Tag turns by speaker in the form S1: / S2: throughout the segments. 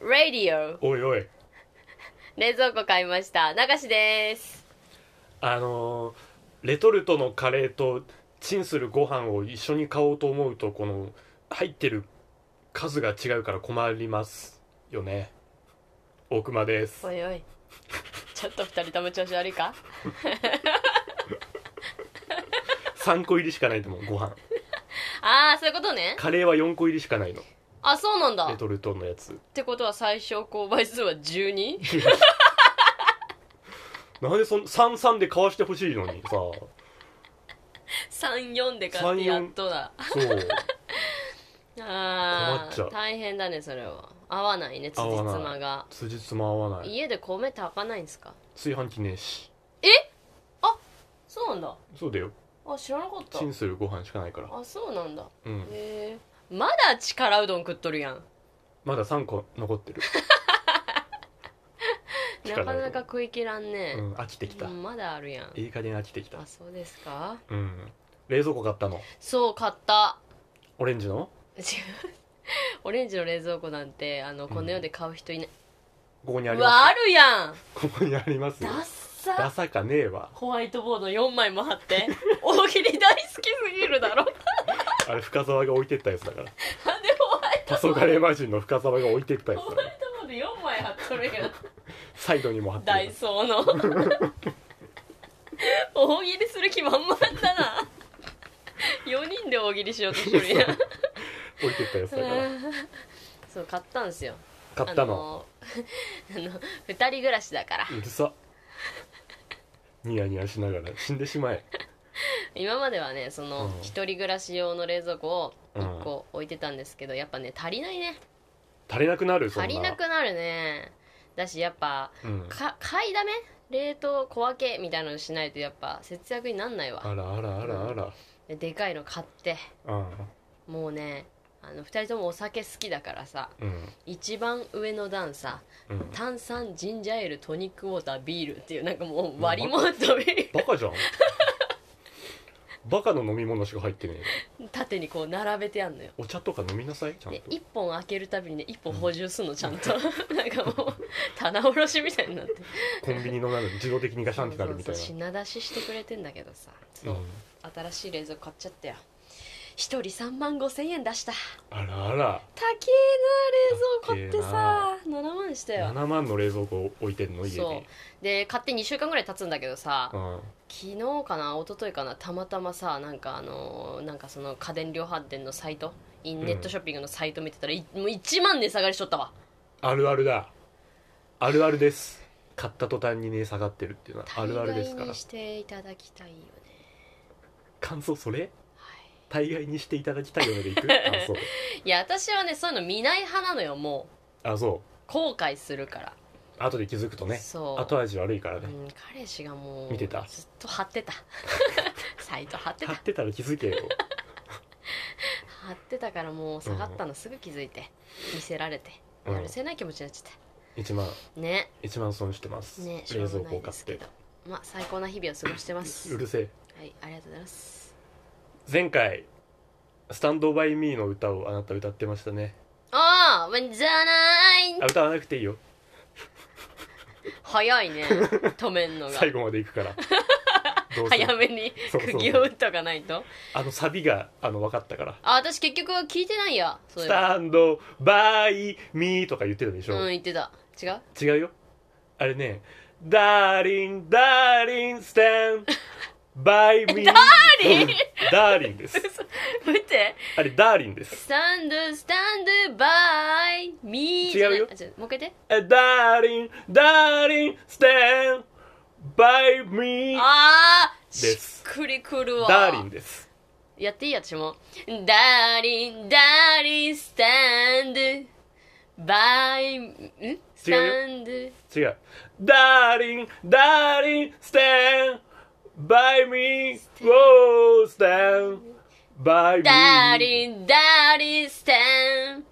S1: Radio
S2: おいおい
S1: 冷蔵庫買いました流しです
S2: あのーレトルトのカレーとチンするご飯を一緒に買おうと思うとこの入ってる数が違うから困りますよね大熊です
S1: おいおいちょっと二人とも調子悪いか
S2: 3個入りしかないと思うご飯
S1: ああそういうことね
S2: カレーは4個入りしかないの
S1: あそうなんだ
S2: レ
S1: っ
S2: トルトのやつ
S1: てことは最小購買数は 12?
S2: なんでそん33で買わしてほしいのにさ
S1: 34で買ってやっとだ
S2: そう
S1: あ
S2: 困っちゃ
S1: あ
S2: う
S1: 大変だねそれは合わないね辻
S2: 合わな
S1: 褄
S2: い
S1: が
S2: 辻褄合わない
S1: 家で米炊かないんですか
S2: 炊飯器ねえし
S1: そうなんだ
S2: そうだよ
S1: あ知らなかった
S2: チンするご飯しかないから
S1: あそうなんだ
S2: うん
S1: へえまだ力うどん食っとるやん
S2: まだ3個残ってる、
S1: な
S2: 力うど
S1: か
S2: ん
S1: なか食い切らんね
S2: う、ん、飽きてきた
S1: うんまだあるやん
S2: いい加減飽きてきた
S1: あそうですか
S2: うん冷蔵庫買ったの
S1: そう買った
S2: オレンジの
S1: 違うオレンジの冷蔵庫なんてあのこの世で買う人いない、
S2: ここにあ
S1: う
S2: り
S1: わ
S2: ま
S1: あるやん
S2: すここにありますよ
S1: ダッ
S2: ダ
S1: サ
S2: サかねえわ
S1: ホワイトボード4枚も貼って大喜利大好きすぎるだろ
S2: あれ深澤が置いてったやつだから
S1: なんでホワイト
S2: 黄昏魔人の深澤が置いてったやつ
S1: ホワ
S2: だか
S1: イ
S2: ら
S1: トボード4枚貼っとるやん
S2: サイドにも貼って
S1: ダイ
S2: る
S1: ソーの大喜利する気満々だな4人で大喜利しようとしてるやん
S2: 置いてったやつだから
S1: そう買ったんですよ
S2: 買ったの
S1: あのあの2人暮らしだから
S2: うるさニヤニヤしながら死んでしまえ
S1: 今まではねその
S2: うん
S1: 一人暮らし用の冷蔵庫を
S2: うん
S1: 1個置いてたんですけどやっぱね足りないね
S2: 足りなくなるそんな
S1: 足りなくなるねだしやっぱ
S2: うん
S1: か買いだめ冷凍小分けみたいなのしないとやっぱ節約になんないわ
S2: あらあらあらあら
S1: ででかいの買って
S2: う
S1: もうねあの2人ともお酒好きだからさ
S2: んうん
S1: 一番上の段さ
S2: うん
S1: 炭酸ジンジャーエールトニックウォータービールっていうなんかもう割り物とビール
S2: バカじゃんバカの飲み物しか入ってねえよ
S1: 縦にこう並べてやんのよ
S2: お茶とか飲みなさいちゃんと
S1: で1本開けるたびにね1本補充すんのちゃんとなんかもう棚卸しみたいになって
S2: コンビニのなる自動的にガシャンってなるみたいな
S1: 品出ししてくれてんだけどさそう、
S2: うん
S1: 新しい冷蔵庫買っちゃったよ一人3万5千円出した
S2: あらあら
S1: 高えな冷蔵庫ってさ7万したよ
S2: 7万の冷蔵庫置いてんの家
S1: そ
S2: に
S1: うで買って2週間ぐらい経つんだけどさ、
S2: うん
S1: 昨日かな一昨日かなたまたまさなんかあのーなんかその家電量販店のサイトインネットショッピングのサイト見てたら、いもう1万値下がりしとったわ
S2: あるあるだあるあるです買った途端にね下がってるっていうのはあるあるですか
S1: 大概
S2: ら
S1: にしていただきたいよね
S2: 感想それ大概にしていただきたいよねでい く感想
S1: いや私はねそういうの見ない派なのよも
S2: あそう
S1: 後悔するから
S2: う後で気づくとね
S1: そう
S2: 後味悪いから
S1: う
S2: ね
S1: ん、彼氏がもう
S2: 見てた
S1: ずっと貼ってた サイト貼ってた
S2: 買ってたら気づけよ
S1: 貼ってたからもう下がったのすぐ気づいて見せられて
S2: うん
S1: やるせない気持ちになっちゃっ
S2: 1万
S1: たね
S2: 1万損してます
S1: ねしょ
S2: 冷
S1: う
S2: 蔵
S1: がな
S2: 庫
S1: い
S2: を
S1: で
S2: 買っ
S1: すけ
S2: て
S1: どまあ最高な日々を過ごしてます
S2: うるせえ
S1: はいありがとうございます
S2: 前回「スタンドバイミーの歌をあなた歌ってましたね
S1: ああじゃない
S2: あ歌わなくていいよ
S1: 早いね止めんのが
S2: 最後まで行 くからどうせ
S1: 早めに
S2: そうそうそう
S1: 釘を打っとかないと
S2: あのサビがあの分かったから
S1: あ私結局聞いてないや
S2: 「
S1: そうい
S2: ス
S1: えば
S2: タンドバイミー」とか言ってたでしょ、
S1: うん言ってた違 う
S2: 違うよあれね「ダーリンダーリンスタ ンバイミー」ダーリンダーリンです
S1: 見て
S2: あれダーリンです
S1: スタンドスタンドバイミー
S2: 違うよ
S1: もう一回言って
S2: 「ダーリンダーリンスタンバイミー」
S1: ああし
S2: で
S1: っ
S2: す
S1: くりくるわ
S2: ダーリンです
S1: やっていいや私もダーリンダーリンスタンドバイんスタンド
S2: 違う。ダーリン、ダーリン、スタン、バイミー、ウォー、スタン、バイミー。
S1: ダーリンダーリンスタン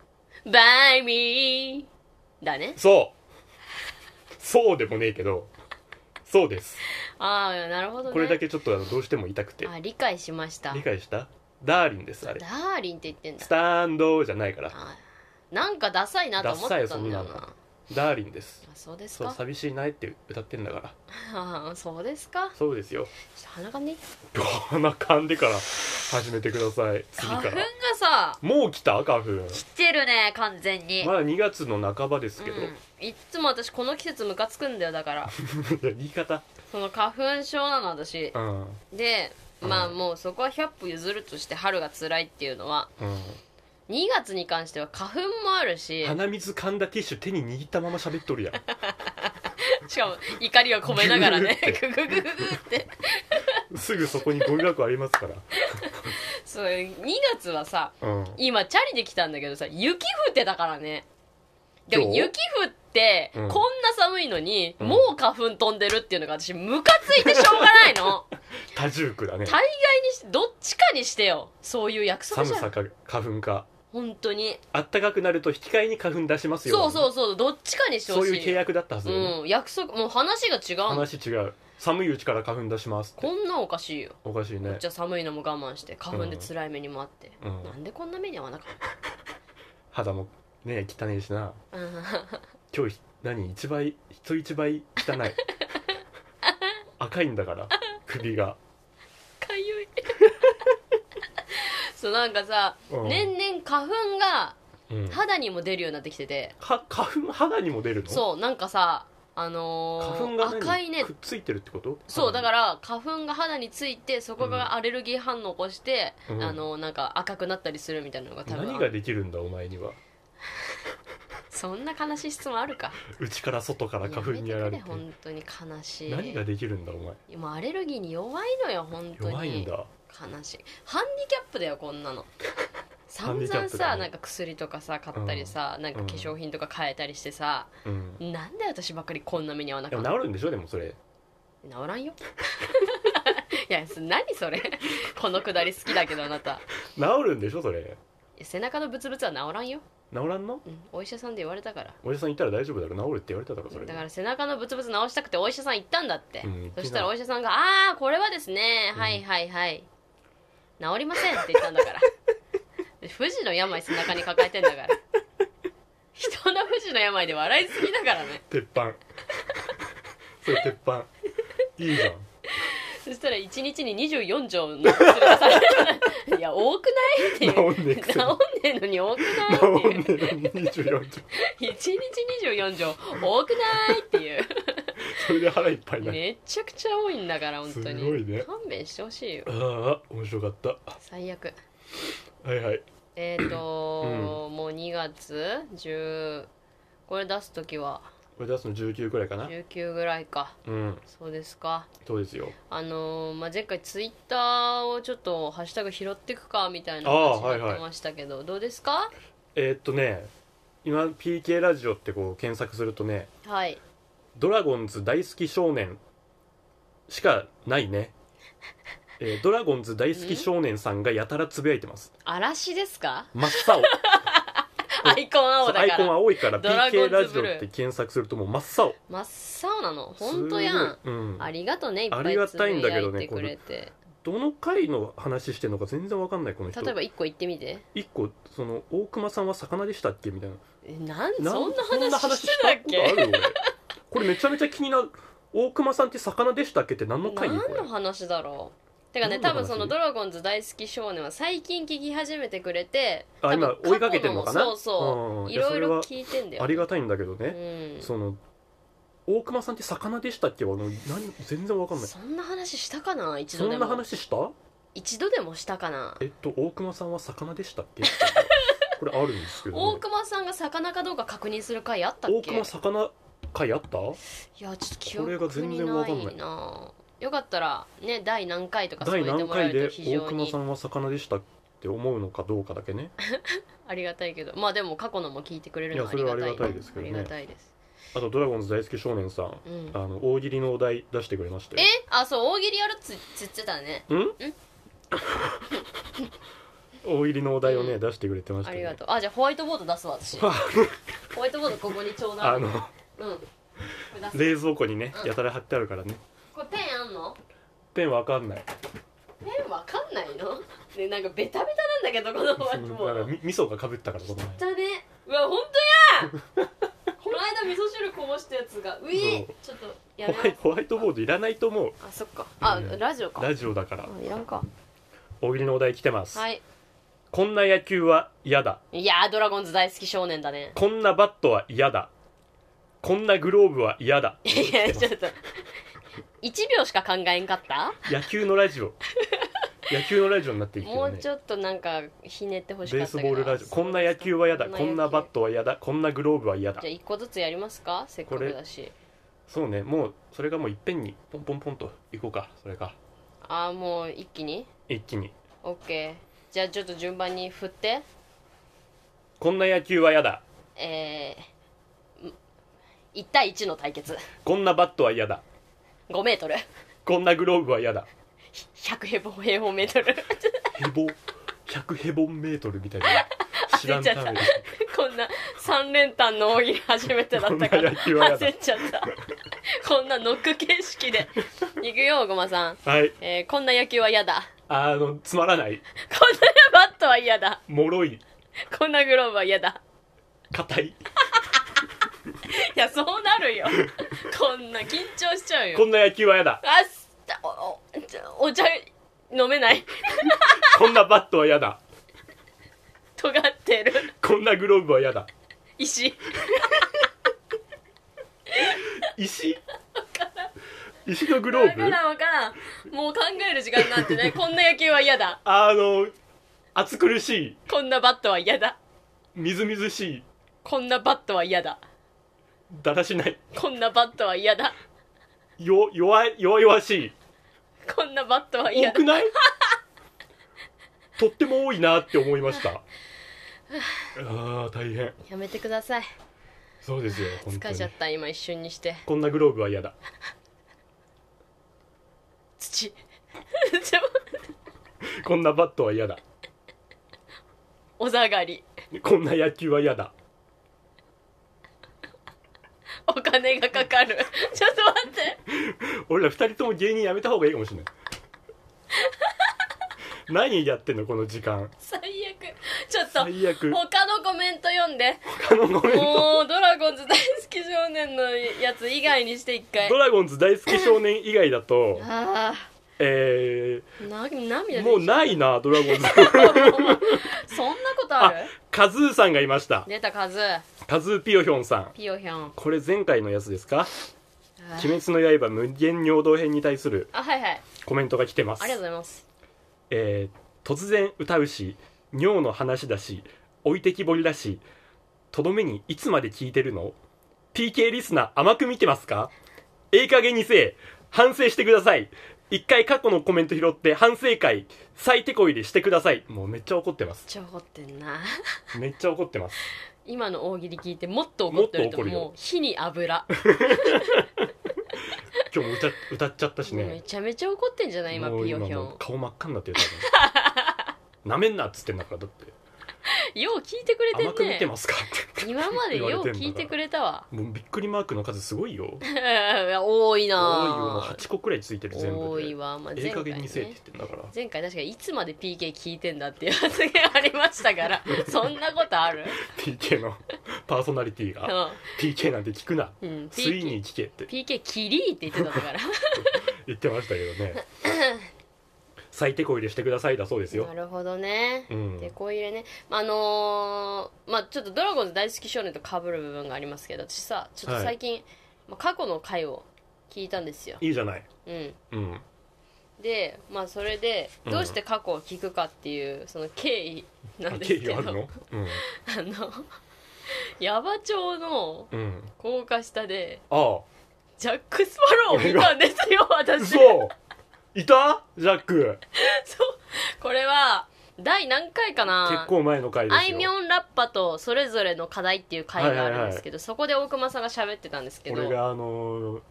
S1: ドバイミーだね
S2: そう。そうでもねえけど、そうです。
S1: ああなるほどね
S2: これだけちょっとあのどうしても痛くて。
S1: あ理解しました
S2: 理解したダーリンです、あれ
S1: ダ。ーリンって言ってんだ
S2: スタンドじゃないから。
S1: あなんかダサいなと思ったんだよな
S2: ダサいよそんなのダーリンです
S1: あそうです
S2: そう
S1: か
S2: 寂しいないって歌ってんだから
S1: あー そうですかちょ
S2: そうですよ
S1: っと鼻がね
S2: 鼻噛んでから始めてください次
S1: 花
S2: か
S1: 粉が
S2: ら
S1: さ
S2: もう来た花粉
S1: 来てるね完全に、
S2: まだ2月の半ばですけど、
S1: うん、いっつも私この季節ムカつくんだよだから
S2: 言い方
S1: その花粉症なの私
S2: うんうん
S1: でまあ
S2: うん
S1: もうそこは100歩譲るとして春が辛いっていうのは2月に関しては花粉もあるし
S2: 鼻水噛んだティッシュ手に握ったまま喋っとるやん
S1: しかも怒りを込めながらね
S2: ギューっ
S1: グググググって
S2: すぐそこにゴミ箱ありますから
S1: そう2月はさ
S2: うん
S1: 今チャリで来たんだけどさ雪降ってたからねでも
S2: 今日
S1: 雪降ってこ
S2: うんん
S1: な寒いのに、
S2: うん
S1: もう花粉飛んでるっていうのが私ムカついてしょうがないの
S2: 多重苦だね
S1: 大概にしどっちかにしてよそういう約束
S2: 寒
S1: じゃ
S2: さ
S1: ん
S2: か花粉か
S1: 本当に
S2: あったかくなると引き換えに花粉出しますよ
S1: そうそううそうどっちかにして
S2: そ
S1: ほ
S2: う
S1: しい
S2: いう契約だったはずだよね、
S1: うん約束もう話が違うもん
S2: 話違う寒いうちから花粉出しますって
S1: こんなおかしいよ
S2: おかしい
S1: こ
S2: ね
S1: っちは寒いのも我慢して花粉で辛い目にもあって、
S2: うん
S1: なんでこんな目に遭わなかっ
S2: 肌もね汚いしな
S1: た、うん
S2: 今日ひ何一倍人一倍汚 い赤いんだから首が、
S1: かゆい そうなんかさ、
S2: うん
S1: 年々花粉が
S2: うん、
S1: 肌にも出るようになってきてて、
S2: は花粉肌にも出るの
S1: そうなんかさあのー
S2: 花粉が何
S1: 赤いね
S2: くっついてるってこと
S1: そうだからら花粉が肌についてそこがアレルギー反応を起こして、
S2: うん
S1: あのーなんか赤くなったりするみたいなのが多分
S2: 何ができるんだお前には
S1: そんな悲しい質問あるか
S2: 内から外から花粉にやられて
S1: やめく本当に悲しい
S2: 何ができるんだお前
S1: もうアレルギーに弱いのよ本当に
S2: 弱いんだ
S1: 悲しいハンディキャップだよこんなの
S2: ハ
S1: 散
S2: ンディキャ
S1: 々
S2: ップ
S1: さ、
S2: だね
S1: なんか薬とかさ買ったりさ、なんか化粧品とか変えたりしてさ、
S2: うん
S1: なんで私ばっかりこんな目に遭わな
S2: で
S1: かっ
S2: も
S1: た
S2: 治るんでしょでもそれ
S1: 治らんよ いやす何それ このくだり好きだけどあなたい
S2: 治るんでしょそれ
S1: や背中のブツブツは治らんよ、
S2: 治らんの
S1: うん、お医者さんで言われたから
S2: お医者さんいたら大丈夫だろ治るって言われたからそれ
S1: だから背中のブツブツ治したくてお医者さん行ったんだって、
S2: うん
S1: そしたらお医者さんが「ああこれはですね、はいはいはい治りません」って言ったんだから富士の病背中に抱えてんだから人の富士の病で笑いすぎだからね
S2: 鉄板それ鉄板いいじゃん
S1: そしたら1日に24錠の薬がされるいや多くないっていう
S2: 治んねえ
S1: 治
S2: くせに
S1: んねえのに多くないっていう
S2: 治んねえのに24兆
S1: 1日24錠多くないっていう
S2: それで腹いっぱいになる
S1: めっちゃくちゃ多いんだから本当に
S2: すごいね
S1: 勘弁してほし いよ
S2: ああ面白かった
S1: 最悪
S2: はいはい
S1: えーと、もう2月10これ出す時は
S2: これ出すの19くらいかな
S1: 19ぐらいか
S2: うん
S1: そうですか
S2: そうですよ
S1: あのーまあ、前回ツイッターをちょっとハッシュタグ拾ってくかみたいな
S2: あ
S1: 話
S2: ー
S1: に
S2: は
S1: なっ
S2: いは
S1: て
S2: い
S1: ましたけど、どうですか
S2: えーっとね今 PK ラジオってこう検索するとね
S1: はい
S2: 「ドラゴンズ大好き少年」しかないね、 えードラゴンズ大好き少年さんがやたらつぶやいてます
S1: 嵐ですか
S2: 真っ 青そう
S1: アイコン青だか
S2: アイ
S1: ら
S2: コン青いから
S1: ドラゴンズ
S2: PK
S1: ブルー
S2: ラジオって検索するともう真っ青
S1: 真っ青なの本当やん
S2: すごいうん
S1: ありがとねいっぱ
S2: あ
S1: い
S2: りが
S1: つぶ
S2: たいんだ
S1: や
S2: け
S1: い
S2: どね
S1: てくれて
S2: どの回の話してんのか全然わかんないこの人
S1: 例えば1個言ってみて
S2: 一個その大熊さんは魚でしたっけみたいな
S1: えなん
S2: な
S1: そんな
S2: そんな
S1: 話
S2: 話
S1: し
S2: してた
S1: たっ
S2: こと
S1: け
S2: ある 俺これめちゃめちゃ気になる大熊さんって魚でしたっけって何の回よこ
S1: 何
S2: れ
S1: の話だろうてかね
S2: 何の
S1: 多
S2: 話
S1: 分その「ドラゴンズ大好き少年」は最近聞き始めてくれて
S2: あ今
S1: 多分過去
S2: 追いかけてんのかな
S1: そうそう、
S2: うん
S1: い
S2: いや
S1: ろいろ
S2: そ
S1: 聞いてんだよ
S2: ありがたいんだけど
S1: う
S2: ね、
S1: ん
S2: その大熊さんって魚でしたっけは何全然わかんない
S1: そんな話したかな一
S2: そ
S1: 度で
S2: んな
S1: も
S2: 話した
S1: 一度でもしたかな
S2: えっと大熊さんは魚でしたっ けこれあるんですけど、
S1: 大
S2: ね、
S1: 熊さんが魚かどうか確認する回あったっ
S2: 大
S1: け
S2: 熊魚回あった
S1: いやちょっと記
S2: これが
S1: 憶
S2: 全
S1: に
S2: 然わ
S1: な
S2: かんない
S1: いなよかったらね第何回とか添
S2: 第
S1: えて
S2: 何
S1: もらえ
S2: 回で
S1: ると非
S2: 大
S1: 常
S2: 熊
S1: に
S2: さんは魚でしたって思うのかどうかだけね
S1: ありがたいけどまあでも過去のも聞いてくれるのはいあ
S2: やそ
S1: り
S2: れは
S1: がたい
S2: ありがたいですけどね
S1: ありがたいです
S2: あと「ドラゴンズ大好き少年さん」
S1: うん
S2: あの大喜利のお題出してくれました
S1: え
S2: よ
S1: あそう大喜利やるっつつってたね
S2: 大喜利のお題をね、
S1: うん
S2: 出してくれてました
S1: あ
S2: よ
S1: り
S2: ね
S1: がとうあじゃあホワイトボード出すわ 私ホワイトボードここにちょうど
S2: あ
S1: る
S2: の
S1: うんこれ出す
S2: 冷蔵庫にねやたら貼ってあるからね
S1: これペンあんの
S2: ペンわかんない
S1: ペンわかんないのねなんかベタベタなんだけどこのホワイトボ
S2: だ
S1: ー
S2: から
S1: ド
S2: み味噌がかぶったからこの
S1: だねうわ本 当やこの間味噌汁こぼしたやつがういちょっとや
S2: ホ
S1: め
S2: ワイ
S1: よ
S2: ホワイトボードいらないと思う
S1: うあそっかあ
S2: うん
S1: ラジオか
S2: ラジオだから
S1: あいらんか
S2: 大喜利のお題来てます、
S1: はい
S2: こんな野球は嫌だ
S1: いやードラゴンズ大好き少年だね
S2: こんなバットは嫌だこんなグローブは嫌だ
S1: いやちょっと1秒しか考えんかった
S2: 野球のラ ジオ野球のラジオになっていく
S1: も
S2: よ
S1: う
S2: ね
S1: ちょっとなんかひねってほしか
S2: ベー
S1: っ
S2: ス
S1: たけ
S2: ボ
S1: ど
S2: ールラジオこんな野球は嫌だこんなバッ
S1: ト
S2: トは嫌だこんなグローブは嫌だ
S1: じゃあ1個ずつやりますかせっか
S2: こ
S1: く
S2: れ
S1: だし
S2: そうねもうそれがもういっぺんにポンポンポンといこうかそれか
S1: ああもう一気に
S2: 一気に
S1: OK じゃあちょっと順番に振って
S2: こんな野球は嫌だ
S1: えー、1対1の対決
S2: こんなバットは嫌だ
S1: 5メートル
S2: こんなグローブは嫌だ
S1: 100平方平方メートル
S2: ヘボ100ヘボンメートルみ たいな知らん
S1: 出ちゃ
S2: た
S1: っ
S2: め
S1: た
S2: に
S1: こんな3連単の大喜利初めてだったから
S2: こんな野球はやだ
S1: 焦っちゃったこんなノック形式でいくよごまさん、
S2: はい
S1: えー、こんな野球は嫌だ
S2: あのつまらない
S1: こんなバットは嫌だ
S2: 脆い
S1: こんなグローブは嫌だ
S2: 硬い
S1: いやそうなるよこんな緊張しちゃうよ
S2: こんな野球は嫌だ
S1: あすおおお茶飲めない
S2: こんなバットは嫌だ
S1: 尖ってる
S2: こんなグローブは嫌だ
S1: 石
S2: 石石のグロ
S1: わ
S2: ー
S1: か
S2: ブ
S1: らんわからんもう考える時間なん てないこんな野球は嫌だ
S2: あの暑苦しい
S1: こんなバットは嫌だ
S2: みずみずしい
S1: こんなバットは嫌だ
S2: だらしない
S1: こんなバットは嫌だ
S2: よ弱い弱々し
S1: こんなバットはい嫌
S2: 多
S1: だ
S2: くないとっても多いなって思い ましたあー大変
S1: やめてください
S2: そうですよ本当
S1: 疲れ
S2: に
S1: ちゃった今一瞬にして
S2: こんなグローブは嫌だ
S1: 土 ちょ
S2: こんなバットは嫌だ
S1: お下がり
S2: こんな野球は嫌だ
S1: お金がかか るちょっと待って
S2: 俺ら二人とも芸人やめた方がいいかもしれない 何やってんのこの時間
S1: 最悪ちょっと
S2: 最悪
S1: 他のコメント読んで
S2: 他のコメント
S1: もうドラゴンズ大好き少年のやつ以外にして一回
S2: ドラゴンズ大好き少年以外だと
S1: あ
S2: え
S1: あな涙
S2: ー、
S1: 出てき
S2: もう
S1: た
S2: ないなドラゴン
S1: そ
S2: ズ
S1: んなこと ある
S2: カズーさんがいました
S1: 出た数
S2: カズーピヨヒョンさん
S1: ピヨヒョン
S2: これ前回のやつですか「
S1: あー
S2: 鬼滅の刃無限尿道編」に対する
S1: あはいはい
S2: コメントが来てます
S1: ありがとうございます
S2: えー突然歌うし尿の話だし置いてきぼりだしとどめにいつまで聞いてるの PK リスナー甘く見てますかええ加減にせえ反省してください一回過去のコメント拾って反省会再手こ入れしてくださいもうめっちゃ怒ってます
S1: ちょ怒ってんな
S2: めっちゃ怒ってます
S1: 今の大喜利聞いてもっと怒ってると
S2: もっと怒るよ
S1: もう火に油
S2: 今日も歌っ歌っちゃったし
S1: め
S2: ね
S1: ちゃめちゃ怒ってんじゃない今
S2: もう
S1: ピヨヒ
S2: 今も
S1: ョ
S2: う顔真っ赤になってる なめんなっつってんだからだって
S1: ンよう聞いてくれ
S2: 甘く見
S1: て
S2: て
S1: んね
S2: ますかって
S1: 今までよう聞いてくれたわ
S2: もうびっくりマークの数すごい よ
S1: 多い
S2: 多いよな
S1: な
S2: 8個くらいついてる全部で
S1: 多いわまあ
S2: ええ
S1: 前
S2: 加
S1: 回
S2: 減にせえって
S1: ね
S2: 言ってんだから
S1: 前回確かにいつまで PK 聞いてんだっていう発言ありました からそんなことある
S2: PK のパーソナリティ が PK なんて聞くな
S1: うんうん
S2: ついに聞けって
S1: PK キリーって言ってたんだから
S2: 言ってましたけどね最手こ入れしてくださいだそうですよ
S1: なるほどね
S2: う、ん
S1: でこう入れねあのーまあちょっと「ドラゴンズ大好き少年」と被る部分がありますけど私さちょっと最近、まあ、過去の回を聞いたんですよ、
S2: いいじゃない
S1: うん、
S2: うん
S1: でまあそれで
S2: うん
S1: どうして過去を聞くかっていう、その経緯なん
S2: あ
S1: です
S2: 経
S1: け
S2: 緯
S1: ど
S2: あるのうん
S1: あの矢場町の
S2: うん
S1: 高架下で
S2: あ
S1: ジャック・スパローを見たんですよ
S2: あ
S1: 私
S2: 嘘いたジャック
S1: そうこれは第何回かな
S2: 結構前の回で
S1: あ
S2: す
S1: いみ
S2: よ
S1: ょんラッパとそれぞれの課題っていう回があるんですけど、そこで大熊さんが喋ってたんですけど
S2: 俺があのー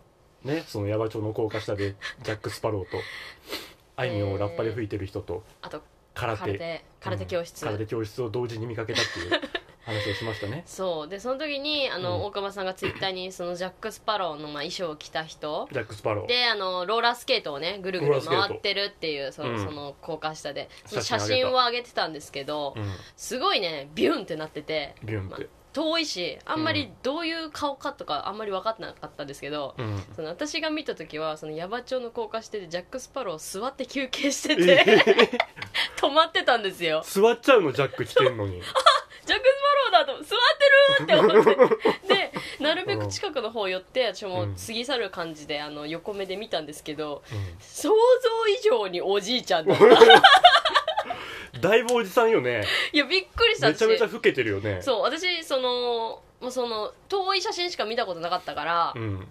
S2: ねその矢場町の高架下でジャック・スパローとあいみょんをラッパで吹いてる人と
S1: あと
S2: 空
S1: 空
S2: 手
S1: 手空手教室、
S2: うん空手教室を同時に見かけたっていう話をしまし たね
S1: そうでその時にあの、
S2: うん
S1: 大熊さんがツイッターにそのジャック・スパローのまあ衣装を着た人
S2: ジャック・スパロー
S1: であのローラースケートをねぐるぐ
S2: ロ
S1: る
S2: ーラースケート
S1: 回ってるっていうその,、
S2: うん
S1: その高架下でその
S2: 写
S1: 写
S2: 真上げた
S1: 真を上げてたんですけど、
S2: うん
S1: すごいねビュンってなってて
S2: ビュンって
S1: ま遠いしあんまりどういう顔かとかあんまり分かってなかったんですけど、
S2: うん
S1: その私が見た時はその矢場町の高架下でジャック・スパロー座って休憩してて 止まってたんですよ
S2: 座っちゃうのジャック着てん のに
S1: ジャック・スパローだと思って座ってるって思ってでなるべく近くの方寄って私も過ぎ去る感じであの横目で見たんですけど想像以上におじいち ゃんだった
S2: うんだいぶおじさんよね
S1: いやびっくりした
S2: め
S1: 私
S2: ちゃめちゃ老けてるよね
S1: そう私そのもうその遠い写真しか見たことなかったから
S2: う、ん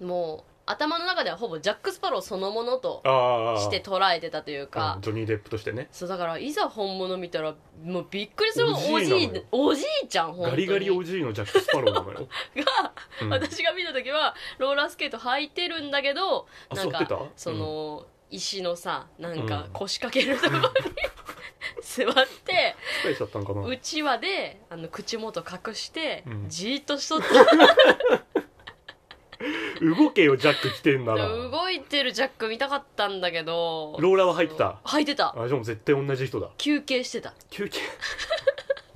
S1: もう頭の中ではほぼジャック・スパローそのものと
S2: ああ
S1: して捉えてたというか、
S2: うんジョニー・デップとしてね
S1: そうだからいざ本物見たらもうびっくりするお
S2: おじい
S1: じ
S2: なの
S1: い
S2: よ
S1: おじいちゃん本当に
S2: ガリガリおじいのジャック・スパローなのよ、
S1: が、
S2: うん、
S1: 私が見た時はローラースケート履いてるんだけど
S2: あ
S1: なん
S2: 座ってた
S1: かその、石のさなんか
S2: うん
S1: 腰掛けるところに座って
S2: 疲れちゃったんかな
S1: うちわであの口元隠して、
S2: うん
S1: じーっとしとっ
S2: 動けよジャック着てんな
S1: た
S2: ら
S1: 動いてるジャック見たかったんだけど
S2: ローラーは入ってた
S1: 履いてた
S2: あじゃあもう絶対同じ人だ
S1: 休憩してた
S2: 休憩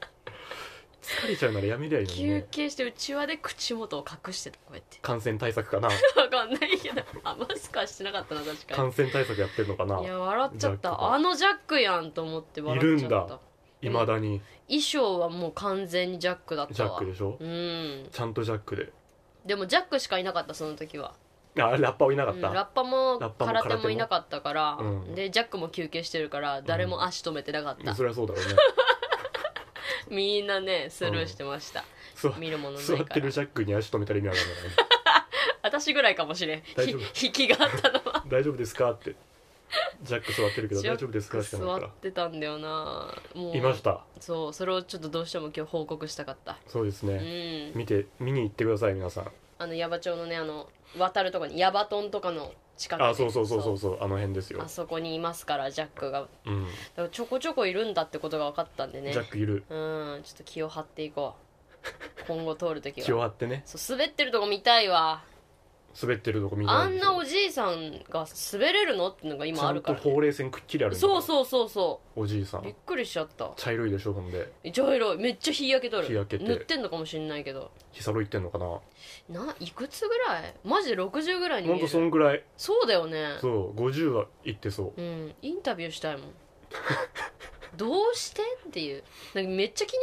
S2: 疲れちゃうならやめりゃいいのに
S1: 休
S2: ね
S1: 憩してうちわで口元を隠してたこうやって
S2: 感染対策かな
S1: わかんないけどあマスクはしてなかったな確か
S2: 感染対策やってんのかな
S1: にいや笑っちゃっ
S2: ジャック
S1: た
S2: が
S1: あのジャックやんと思って笑っちゃった
S2: いるんだいまだに
S1: 衣装はもう完全にジャックだっ
S2: ジ
S1: た
S2: ャッ
S1: わ
S2: クでしょ
S1: うん
S2: ちゃんとジャックで
S1: でもジャックしかいなかったその時は、
S2: あラッパーいなか
S1: う
S2: っ
S1: ん
S2: た、
S1: ラッパも
S2: ラッパも
S1: 空手
S2: 空手
S1: も
S2: も
S1: いなかったから、
S2: うん
S1: でジャックも休憩してるから誰も足止めてなかった、
S2: そりゃそうだろ うね
S1: みんなねスルーしてました、
S2: 座
S1: 見るものな
S2: 座
S1: い
S2: っ
S1: か
S2: て
S1: ら
S2: るジャックに足止めたり意味あるんだね
S1: 私ぐらいかもしれん
S2: 大丈夫
S1: ひ引 きがあったのは
S2: 大丈夫ですかってジャック座ってるけど
S1: ジャ
S2: 大
S1: ッ
S2: 丈夫ですかしかない
S1: 座
S2: か
S1: ってたんだよなも
S2: ら
S1: う
S2: いました
S1: そうそれをちょっとどうしても今日報告したかった
S2: そうです
S1: う
S2: ね、
S1: ん
S2: 見て見に行ってください皆さん
S1: あの矢場町のねあの渡るとこに矢場トンとかの近く、ね、
S2: あそうそうそうそうそうあの辺ですよ
S1: あ、そこにいますからジャックがだか
S2: うん
S1: らちょこちょこいるんだってことが分かったんでね
S2: ジャックいる
S1: うんちょっと気を張っていこ う今後通るとき
S2: 気を
S1: は
S2: 張ってね
S1: そう滑ってるとこ見たいわ
S2: 滑ってるとこ見
S1: あ
S2: ない
S1: ん
S2: で
S1: なおじいさんが滑れるのってのが
S2: ち
S1: 今
S2: ゃ
S1: あ
S2: ん
S1: る
S2: と
S1: から、
S2: ほうれい線くっきりあるんだ
S1: そうそうそうそ
S2: おじいさ
S1: うびっ
S2: ん
S1: くりしちゃった
S2: 茶色いでしょほんで
S1: いろいろめっちゃ日焼けとる
S2: 日焼けて
S1: 塗ってんのかもしんないけど
S2: ヒサロ行ってんのかな
S1: ないくつぐらいマジで60ぐらいに
S2: ほ
S1: 見
S2: ん
S1: える
S2: とそんぐらい
S1: そうだよね
S2: そう50は行ってそう
S1: うんインタビューしたいもんどうしてっていうなんかめっちゃ気に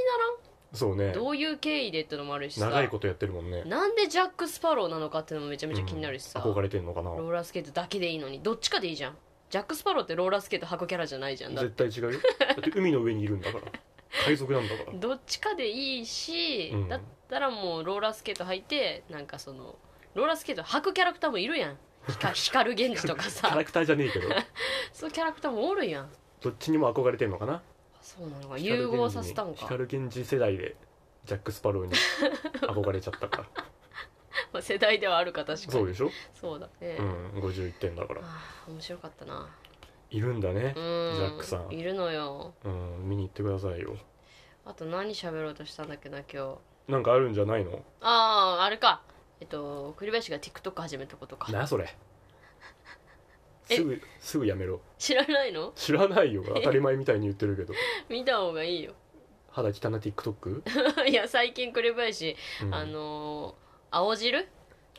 S2: そうね
S1: ならんどういう経緯でってのもあるしさ
S2: 長いことやってるもんね
S1: なんでジャック・スパローなのかってのもめちゃめちゃ気になるしさ、
S2: うん憧れてんのかな
S1: ローラースケートだけでいいのにどっちかでいいじゃんジャック・スパローってローラースケート履くキャラじゃないじゃんだ
S2: 絶対違 うよだって海の上にいるんだから海賊なんだから
S1: どっちかでいいし、
S2: うん
S1: だったらもうローラースケート履いてなんかそのローラースケート履くキャラクターもいるやんひ か光源氏とか
S2: キャ
S1: さ
S2: ラクターじゃねえけど
S1: そのキャラクターもおるやん
S2: どっちにも憧れてんのかな
S1: そうなのか融合させたんか
S2: 光源氏世代でジャック・スパ ローに憧れちゃったから
S1: まあ世代ではあるか確かに
S2: そうでしょ
S1: そうだね、
S2: うん50いってんだから
S1: ああ面白かったな
S2: いるんだね
S1: う、ん
S2: ジャックさん
S1: いるのよ
S2: うん、見に行ってくださいよ
S1: あと何喋ろうとしたんだっけな今日
S2: なんかあるんじゃないの
S1: あああれかえっと栗林が TikTok 始めたことか
S2: なそれ
S1: え
S2: すぐすぐやめろ
S1: 知らないの
S2: 知らないよ当たり前みたいに言ってるけど
S1: 見た方がいいよ
S2: 肌汚な TikTok、
S1: いや最近栗林、
S2: うん、
S1: あのー青汁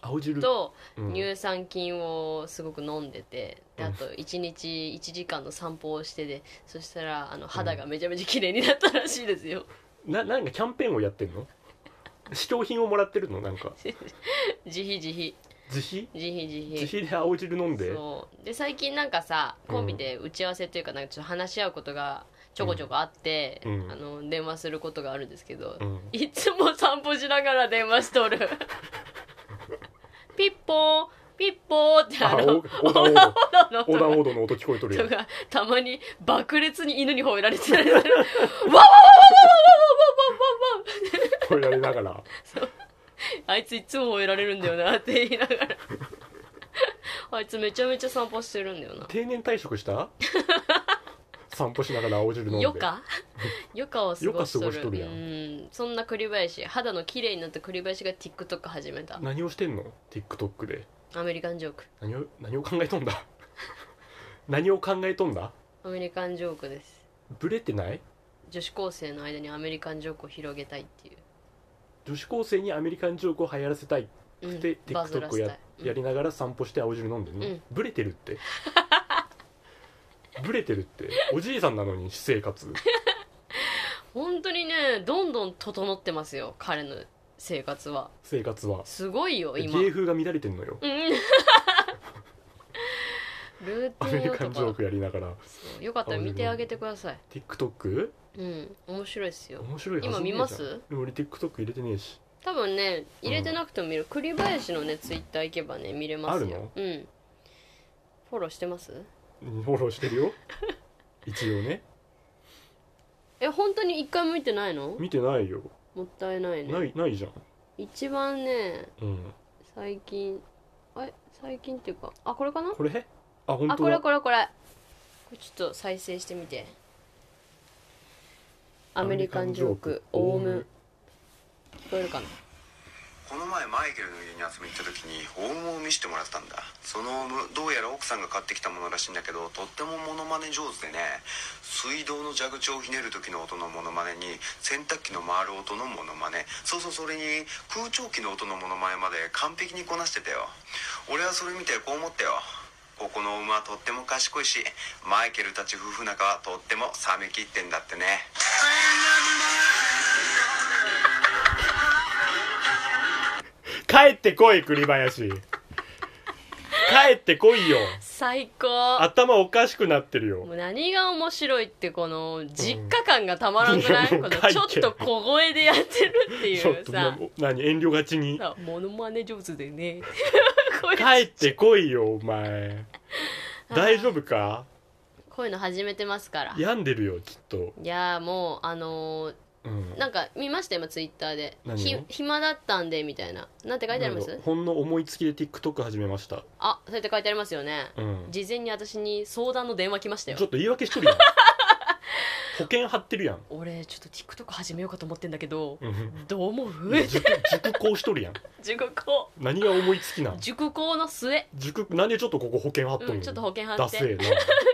S2: 青汁
S1: と
S2: うん
S1: 乳酸菌をすごく飲んでて、で
S2: うん
S1: あと1日1時間の散歩をしてでそしたらあの肌がめちゃめちゃ綺麗になったらしいですよ、
S2: ななんかキャンペーンをやってんの試供品をもらってるのなんか
S1: 自費自費自
S2: 自費
S1: 費自費
S2: 自費で青汁飲んで
S1: そうで最近なんかさコンビで打ち合わせというかなんかちょっと話し合うことがちょこちょこあって、
S2: うん
S1: あの電話することがあるんですけど、
S2: うん
S1: いつも散歩しながら電話しとるピッポーピッポーってあ
S2: あ
S1: の
S2: お横
S1: の
S2: 断歩道横断
S1: 音
S2: 歩道の音聞こえとるよ
S1: がたまに爆裂に犬に吠えられてるわわわわわわわわわわわわ
S2: 吠えられながら
S1: あいついつも吠えられるんだよなって言いながらあいつめちゃめちゃ散歩してるんだよな
S2: 定年退職した 散歩しながら青汁飲んで
S1: 余 暇余暇を過ごしとる
S2: 余暇過ごしとるやん
S1: うんそんな栗林肌の綺麗になった栗林が TikTok 始めた
S2: 何をしてんの TikTok で
S1: アメリカンジョーク
S2: 何を何を考えとんだ 何を考えとんだ
S1: アメリカンジョークです
S2: ブレてない
S1: 女子高生の間にアメリカンジョークを広げたいっていう
S2: 女子高生にアメリカンジョークを流行らせたい
S1: うん
S2: で
S1: バズら
S2: TikTok
S1: せ
S2: を
S1: たい
S2: ややりながら散歩して青汁飲んでね、
S1: うん
S2: ブレてるって ブレてるっておじいさんなのに私生活
S1: 本当にねどんどん整ってますよ彼の生活は
S2: 生活は
S1: すごいよ今
S2: 芸風が乱れてんのよ
S1: うんルー
S2: アメ
S1: ティ
S2: リ
S1: ン
S2: カンジョー
S1: とか
S2: クやりながら
S1: そうよかったら見てあげてください
S2: TikTok
S1: うん面白いですよ
S2: 面白いはずね
S1: 今見ます
S2: でも俺 TikTok 入れてねえし
S1: 多分ね入れてなくても見る、栗林のねツイッター行けばね見れますようんフォローしてます
S2: うんフォローして るよ一応ね
S1: え本当に一回も見てないの
S2: 見てないよ
S1: もったいないね
S2: ないないじゃん
S1: 一番ね
S2: うん
S1: 最近あれ最近っていうかあこれかな
S2: これあ本
S1: あ
S2: 当
S1: これ
S2: だ
S1: これこれこれちょっと再生してみてアメリカンジョークオウム聞こえるかな
S3: この前マイケルの家に遊びに行った時にオウムを見せてもらったんだそのオウムどうやら奥さんが買ってきたものらしいんだけどとってもモノマネ上手でね水道の蛇口をひねる時の音のモノマネに洗濯機の回る音のモノマネそうそうそれに空調機の音のモノマネまで完璧にこなしてたよ俺はそれ見てこう思ったよここのオウムはとっても賢いしマイケルたち夫婦仲はとっても冷めきってんだってね
S2: 帰ってこい栗林帰ってこいよ
S1: 最高
S2: 頭おかしくなってるよ
S1: もう何が面白いってこの実家感がたまらんくない、
S2: うん
S1: このちょっと小声でやってるって
S2: ちょ
S1: い
S2: っ
S1: う
S2: と
S1: さ
S2: な何遠慮がちに
S1: さモノマネ上手でね こういう
S2: 帰ってこいよお前大丈夫か
S1: こういうの始めてますからいや
S2: 病んでるよきっと、
S1: ーもうあの
S2: うん
S1: ー、なんか見ました今ツイッターで「
S2: 何を
S1: ひ暇だったんで」みたいななんて書いてありま
S2: なん
S1: す
S2: だほんの思いつきで TikTok 始めました、
S1: あそうやって書いてありますよね
S2: うん、
S1: 事前に私に相談の電話来ましたよ
S2: ちょっと言い訳し とるやん保険貼ってるやん
S1: 俺ちょっと TikTok 始めようかと思ってんだけど
S2: うん
S1: どう思う
S2: 熟熟考しとるやん
S1: 熟考
S2: 何が思いつきなん
S1: 熟考の末、
S2: 熟なんでちょっとここ保険貼っとんの、
S1: うん、ちょっと保険貼
S2: ダ
S1: っ
S2: セ
S1: て
S2: えな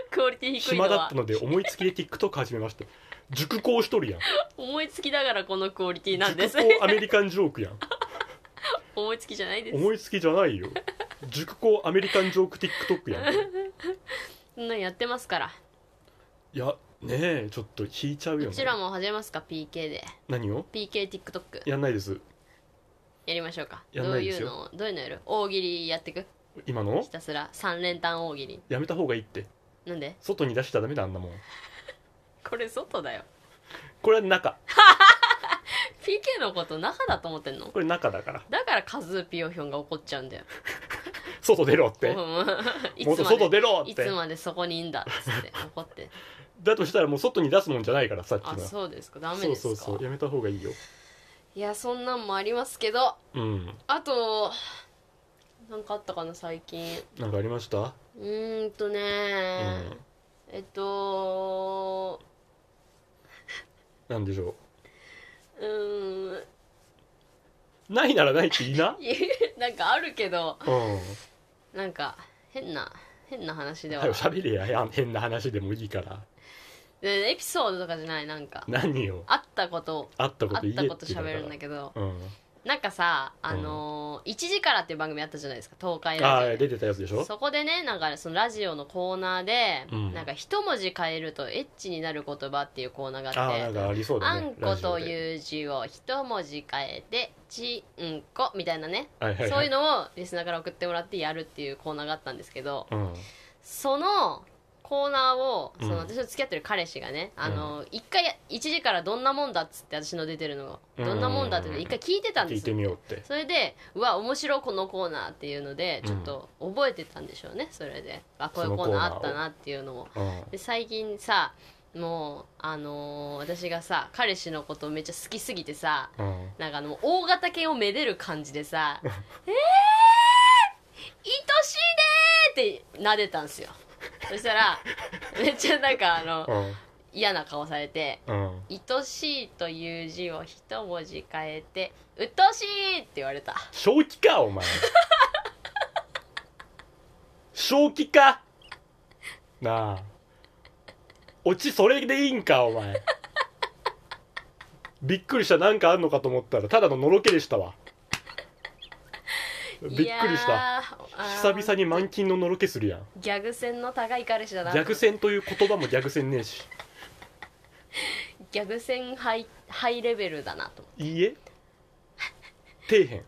S1: クオリティ低いの
S2: 暇だっ
S1: は
S2: たので思いつきで TikTok 始めました熟考しとるやん
S1: 思いつきだからこのクオリティなんです
S2: 熟考アメリカンジョークやん
S1: 思いつきじゃないです
S2: 思いつきじゃないよ熟考アメリカンジョーク TikTok やん
S1: そんなんやってますから
S2: いやねえちょっと引いちゃうよ
S1: う
S2: ね
S1: ちらも始めますか PK で
S2: 何を
S1: PKTikTok
S2: やんないです
S1: やりましょうか
S2: やん
S1: どう
S2: ないで
S1: い
S2: す
S1: うの
S2: よ
S1: どういうのやる大喜利やってく
S2: 今の
S1: ひたすら三連単大喜利
S2: やめた方がいいって
S1: なんで
S2: 外に出しちゃダメだあんなもん
S1: これ外だよ
S2: これは中
S1: PK のこと中だと思ってんの
S2: これ中だから
S1: だからカズーピヨヒョンが怒っちゃうんだよ
S2: 外出ろっ
S1: う
S2: て
S1: んい
S2: もっ
S1: つ
S2: と
S1: まで
S2: 外出ろっ
S1: い
S2: て
S1: つまでそこにいんだっつって怒って
S2: だとしたらもう外に出すもんじゃ ないからさっきの
S1: あ
S2: は
S1: そうですかダメ
S2: そ
S1: で
S2: う
S1: すか
S2: そうそうやめた方がいいよ
S1: いやそんなんもありますけど
S2: うん
S1: あとなんかあったかな最近
S2: なんかありました
S1: うーんとね
S2: う
S1: ー、
S2: ん
S1: えっと
S2: なんでしょ
S1: うーん
S2: うないならないっていいな
S1: いえなんかあるけど
S2: うんは
S1: なんか変な変な話では、
S2: よ喋れややん変な話でもいいから
S1: でエピソードとかじゃないなんか
S2: 何を
S1: あったこと
S2: あったこ
S1: あ
S2: と
S1: っ
S2: 言え
S1: たこと
S2: ってだか
S1: 喋
S2: ら
S1: るんだけど
S2: うん
S1: なんかさあのー一時から」っていう番組あったじゃないですか東海
S2: あ
S1: ラ
S2: あ
S1: ジオ
S2: 出てたやつでしょ
S1: そこでねなんかそのラジオのコーナーで、
S2: うん
S1: なんか一文字変えるとエッチになる言葉っていうコーナーが
S2: あ
S1: あっ
S2: あ
S1: て
S2: なんかありそうだ
S1: あ
S2: ね
S1: んこと
S2: う
S1: いう字を一文字変えて「ちんこ」みたいなね、
S2: はいはい
S1: そういう
S2: の
S1: のをリスナーから送ってもらってやるっていうコーナーがあったんですけど
S2: うん
S1: そのコーナーをその
S2: うん
S1: 私の付き合ってる彼氏がね、あの一回1時からどんなもんだっつって私の出てるのを
S2: うん
S1: どんなもんだっていうのを一回聞いてたん
S2: 聞
S1: で
S2: い
S1: す
S2: て
S1: よ
S2: みようって
S1: それでうわ面白いこのコーナーっていうのでちょっと覚えてたんでしょうねそれであこういうコーナーあったなっていうのを
S2: うん
S1: で最近さもうあのー私がさ彼氏のことめっちゃ好きすぎてさ
S2: うん
S1: なんかあの大型犬をめでる感じで さ「えー、愛しいねー!」って撫でたんですよそしたらめっちゃなんかあの
S2: うん
S1: 嫌な顔されて
S2: うん
S1: 「愛しい」という字を一文字変えて「うっとうしい!」って言われた
S2: 正気かお前 正気かなあオチそれでいいんかお前びっくりしたなんかあんのかと思ったらただののろけでしたわびっくりした久々
S1: に
S2: に満金ののろけするやん
S1: ギャグ戦の高い彼氏だな
S2: 逆戦という言葉も逆戦ねえし
S1: ギャグ戦ハイハイレベルだなと思
S2: いいえ底辺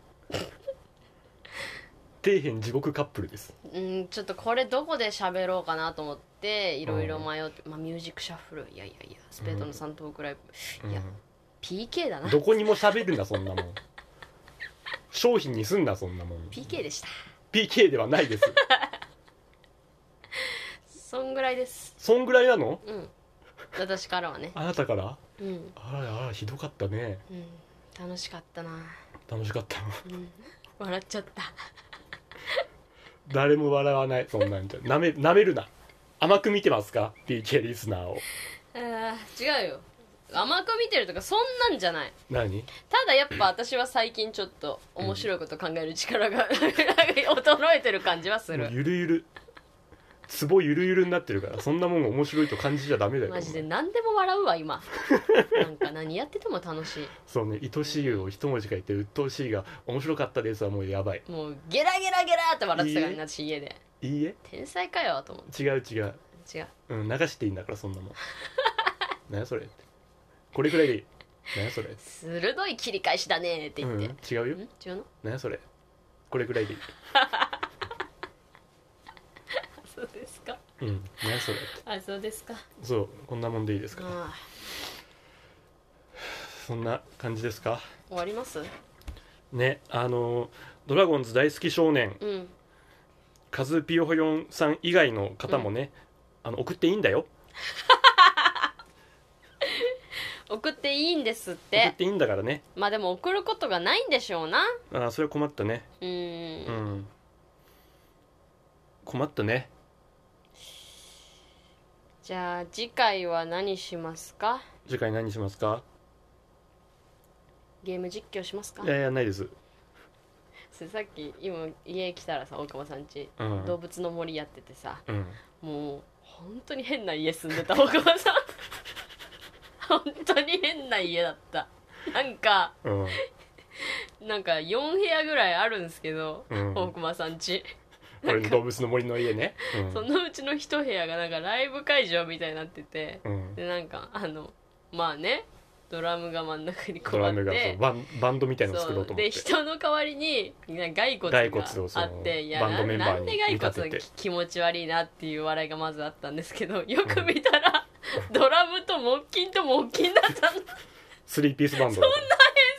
S2: 底辺地獄カップルです
S1: ってうんちょっとこれどこで喋ろうかなと思っていろいろ迷って、まあミュージックシャッフルいやいやいやスペードの3等くらい、いや
S2: う
S1: PK だなん
S2: どこにも喋るなそんなもん商品にすんなそんなもん
S1: PK でした
S2: PK ではないです
S1: そんぐらいです
S2: そんぐらいなの
S1: うん私からはね
S2: あなたから
S1: うん、
S2: あらあらひどかったね
S1: うん、楽しかったな
S2: 楽しかったの
S1: うん笑っちゃった
S2: 誰も笑わないそんなんじゃなめなめるな甘く見てますか PK リスナーを
S1: あー違うよ甘く見てるとかそんなんじゃない
S2: 何
S1: ただやっぱ私は最近ちょっと面白いこと考える力 が衰えてる感じはす
S2: もう
S1: る
S2: ゆるゆるツボゆるゆるになってるからそんなもん面白いと感じちゃダメだよ
S1: マジで何でも笑うわ今なんか何やってても楽し
S2: そうね愛しいを一文字書いて鬱陶しいが面白かったですはもうやばい
S1: いもうゲラゲラゲラって笑ってたから
S2: いい
S1: ね私家で
S2: いいえ
S1: 天才かよと思っ
S2: 違う違う、
S1: て違う
S2: うん、流していいんだからそんな もん何やそれってこれくらいでいい何やそれって
S1: 鋭い切り返しだねって
S2: う
S1: 言
S2: ん
S1: っ
S2: 違
S1: て、
S2: うよ
S1: ん、違うの
S2: 何やそれこれくらいでいい
S1: そうですか
S2: うん何やそれって
S1: あそうですか
S2: そうこんなもんでいいですか
S1: あ
S2: そんな感じですか
S1: ー終わります
S2: ねあのドラゴンズ大好き少年
S1: うん
S2: カズピヨホヨンさん以外の方もね、あの送っていいんだよ
S1: 送っていいんですっ
S2: 送ってていいんだからね
S1: まあでも送ることがないんでしょうな
S2: あーそれは困ったね
S1: うーん
S2: うん困ったね
S1: じゃあ次回は何しますか
S2: 次回何しますか
S1: ゲーム実況しますか
S2: いやいやないです
S1: それさっき今家来たらさ大久保さんち、
S2: うん
S1: 動物の森やっててさ
S2: うん
S1: もう本当に変な家住んでた大久保さん 本当に変な家だったなんか
S2: うん
S1: なんか4部屋ぐらいあるんですけど、
S2: うん
S1: 大久保さんち、
S2: 俺の動物の森の家ね
S1: そのうちの1部屋がなんかライブ会場みたいになってて
S2: うん、うん、
S1: でなんかあのまあねドラムが真ん中にこ
S2: ド
S1: うあ
S2: ラ
S1: っ
S2: ムがそ
S1: て
S2: うバンバンドみたいのを
S1: そ
S2: 作ろうと
S1: う
S2: 思っ
S1: で
S2: て
S1: 人の代わりになんか骸骨が
S2: 骸骨をその
S1: あっていや
S2: バンドメンバ
S1: なな
S2: ーに
S1: んで骸
S2: 見
S1: 骨
S2: 立
S1: が
S2: てて
S1: 気持ち悪いなっていう笑いがまずあったんですけどよく見たら、ドラムと木琴と木琴だったの
S2: スリーピースバンドだと
S1: 編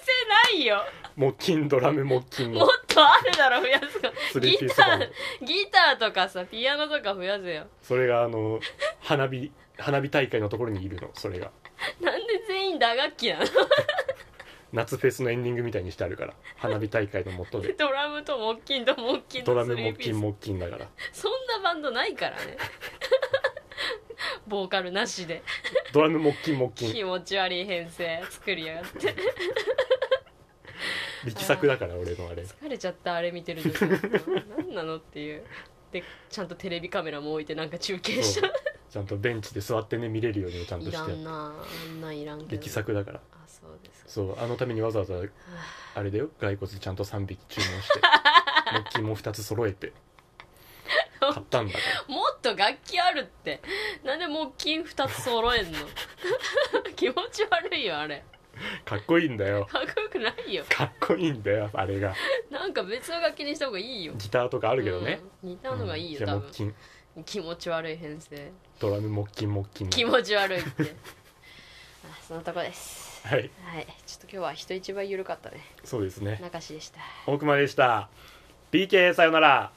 S1: 成ないよ
S2: 木琴ドラム木琴
S1: もっ
S2: の
S1: とあるだろ増やすか
S2: スリ
S1: ギ
S2: ーピース
S1: タ
S2: バンド
S1: ーギターとかさピアノとか増やせよ
S2: それがあの花火花火大会のところにいるのそれが
S1: なんで全員打楽器なの
S2: 夏フェスのエンディングみたいにしてあるから花火大会のも とで
S1: ドラムと木琴と木琴
S2: ドラ
S1: の
S2: ム
S1: スリー
S2: 木
S1: ピ
S2: 琴
S1: ース
S2: 木琴だから
S1: そんなバンドないから ねボーカルなしで
S2: ドラム木琴木
S1: 気
S2: 琴
S1: 持ち悪 い編成作りやがって
S2: 力作だから俺のあれ
S1: 疲れちゃったあれ見てる時何なのっていうでちゃんとテレビカメラも置いてなんか中継し
S2: そ う
S1: た
S2: ちゃんとベンチで座ってね見れるようにちゃんと
S1: い
S2: し
S1: ら
S2: て
S1: んなあんなんいらんけど
S2: 力作だから
S1: あそうですか
S2: そうあのためにわざわざあれだよ骸骨ちゃんと3匹注文 して木琴も2つ揃えて買ったんだから
S1: もっと楽器あるってなんで木琴2つ揃えんの 気持ち悪いよあれ
S2: かっこいいんだよ
S1: かっこよくないよ
S2: かっこいいんだよあれが
S1: なんか別の楽器にした方がいいよ
S2: ギターとかあるけどね、
S1: うん、似たのがいいよ
S2: うんじゃ
S1: 多
S2: あ
S1: 分
S2: 木琴
S1: 気持ち悪い編成
S2: ドラム木琴木
S1: 気
S2: 琴の
S1: 持ち悪いって あそのとこです
S2: はい
S1: はいちょっと今日は人一倍緩かったね
S2: そうですね
S1: 中志でした
S2: 大熊でした PK さよなら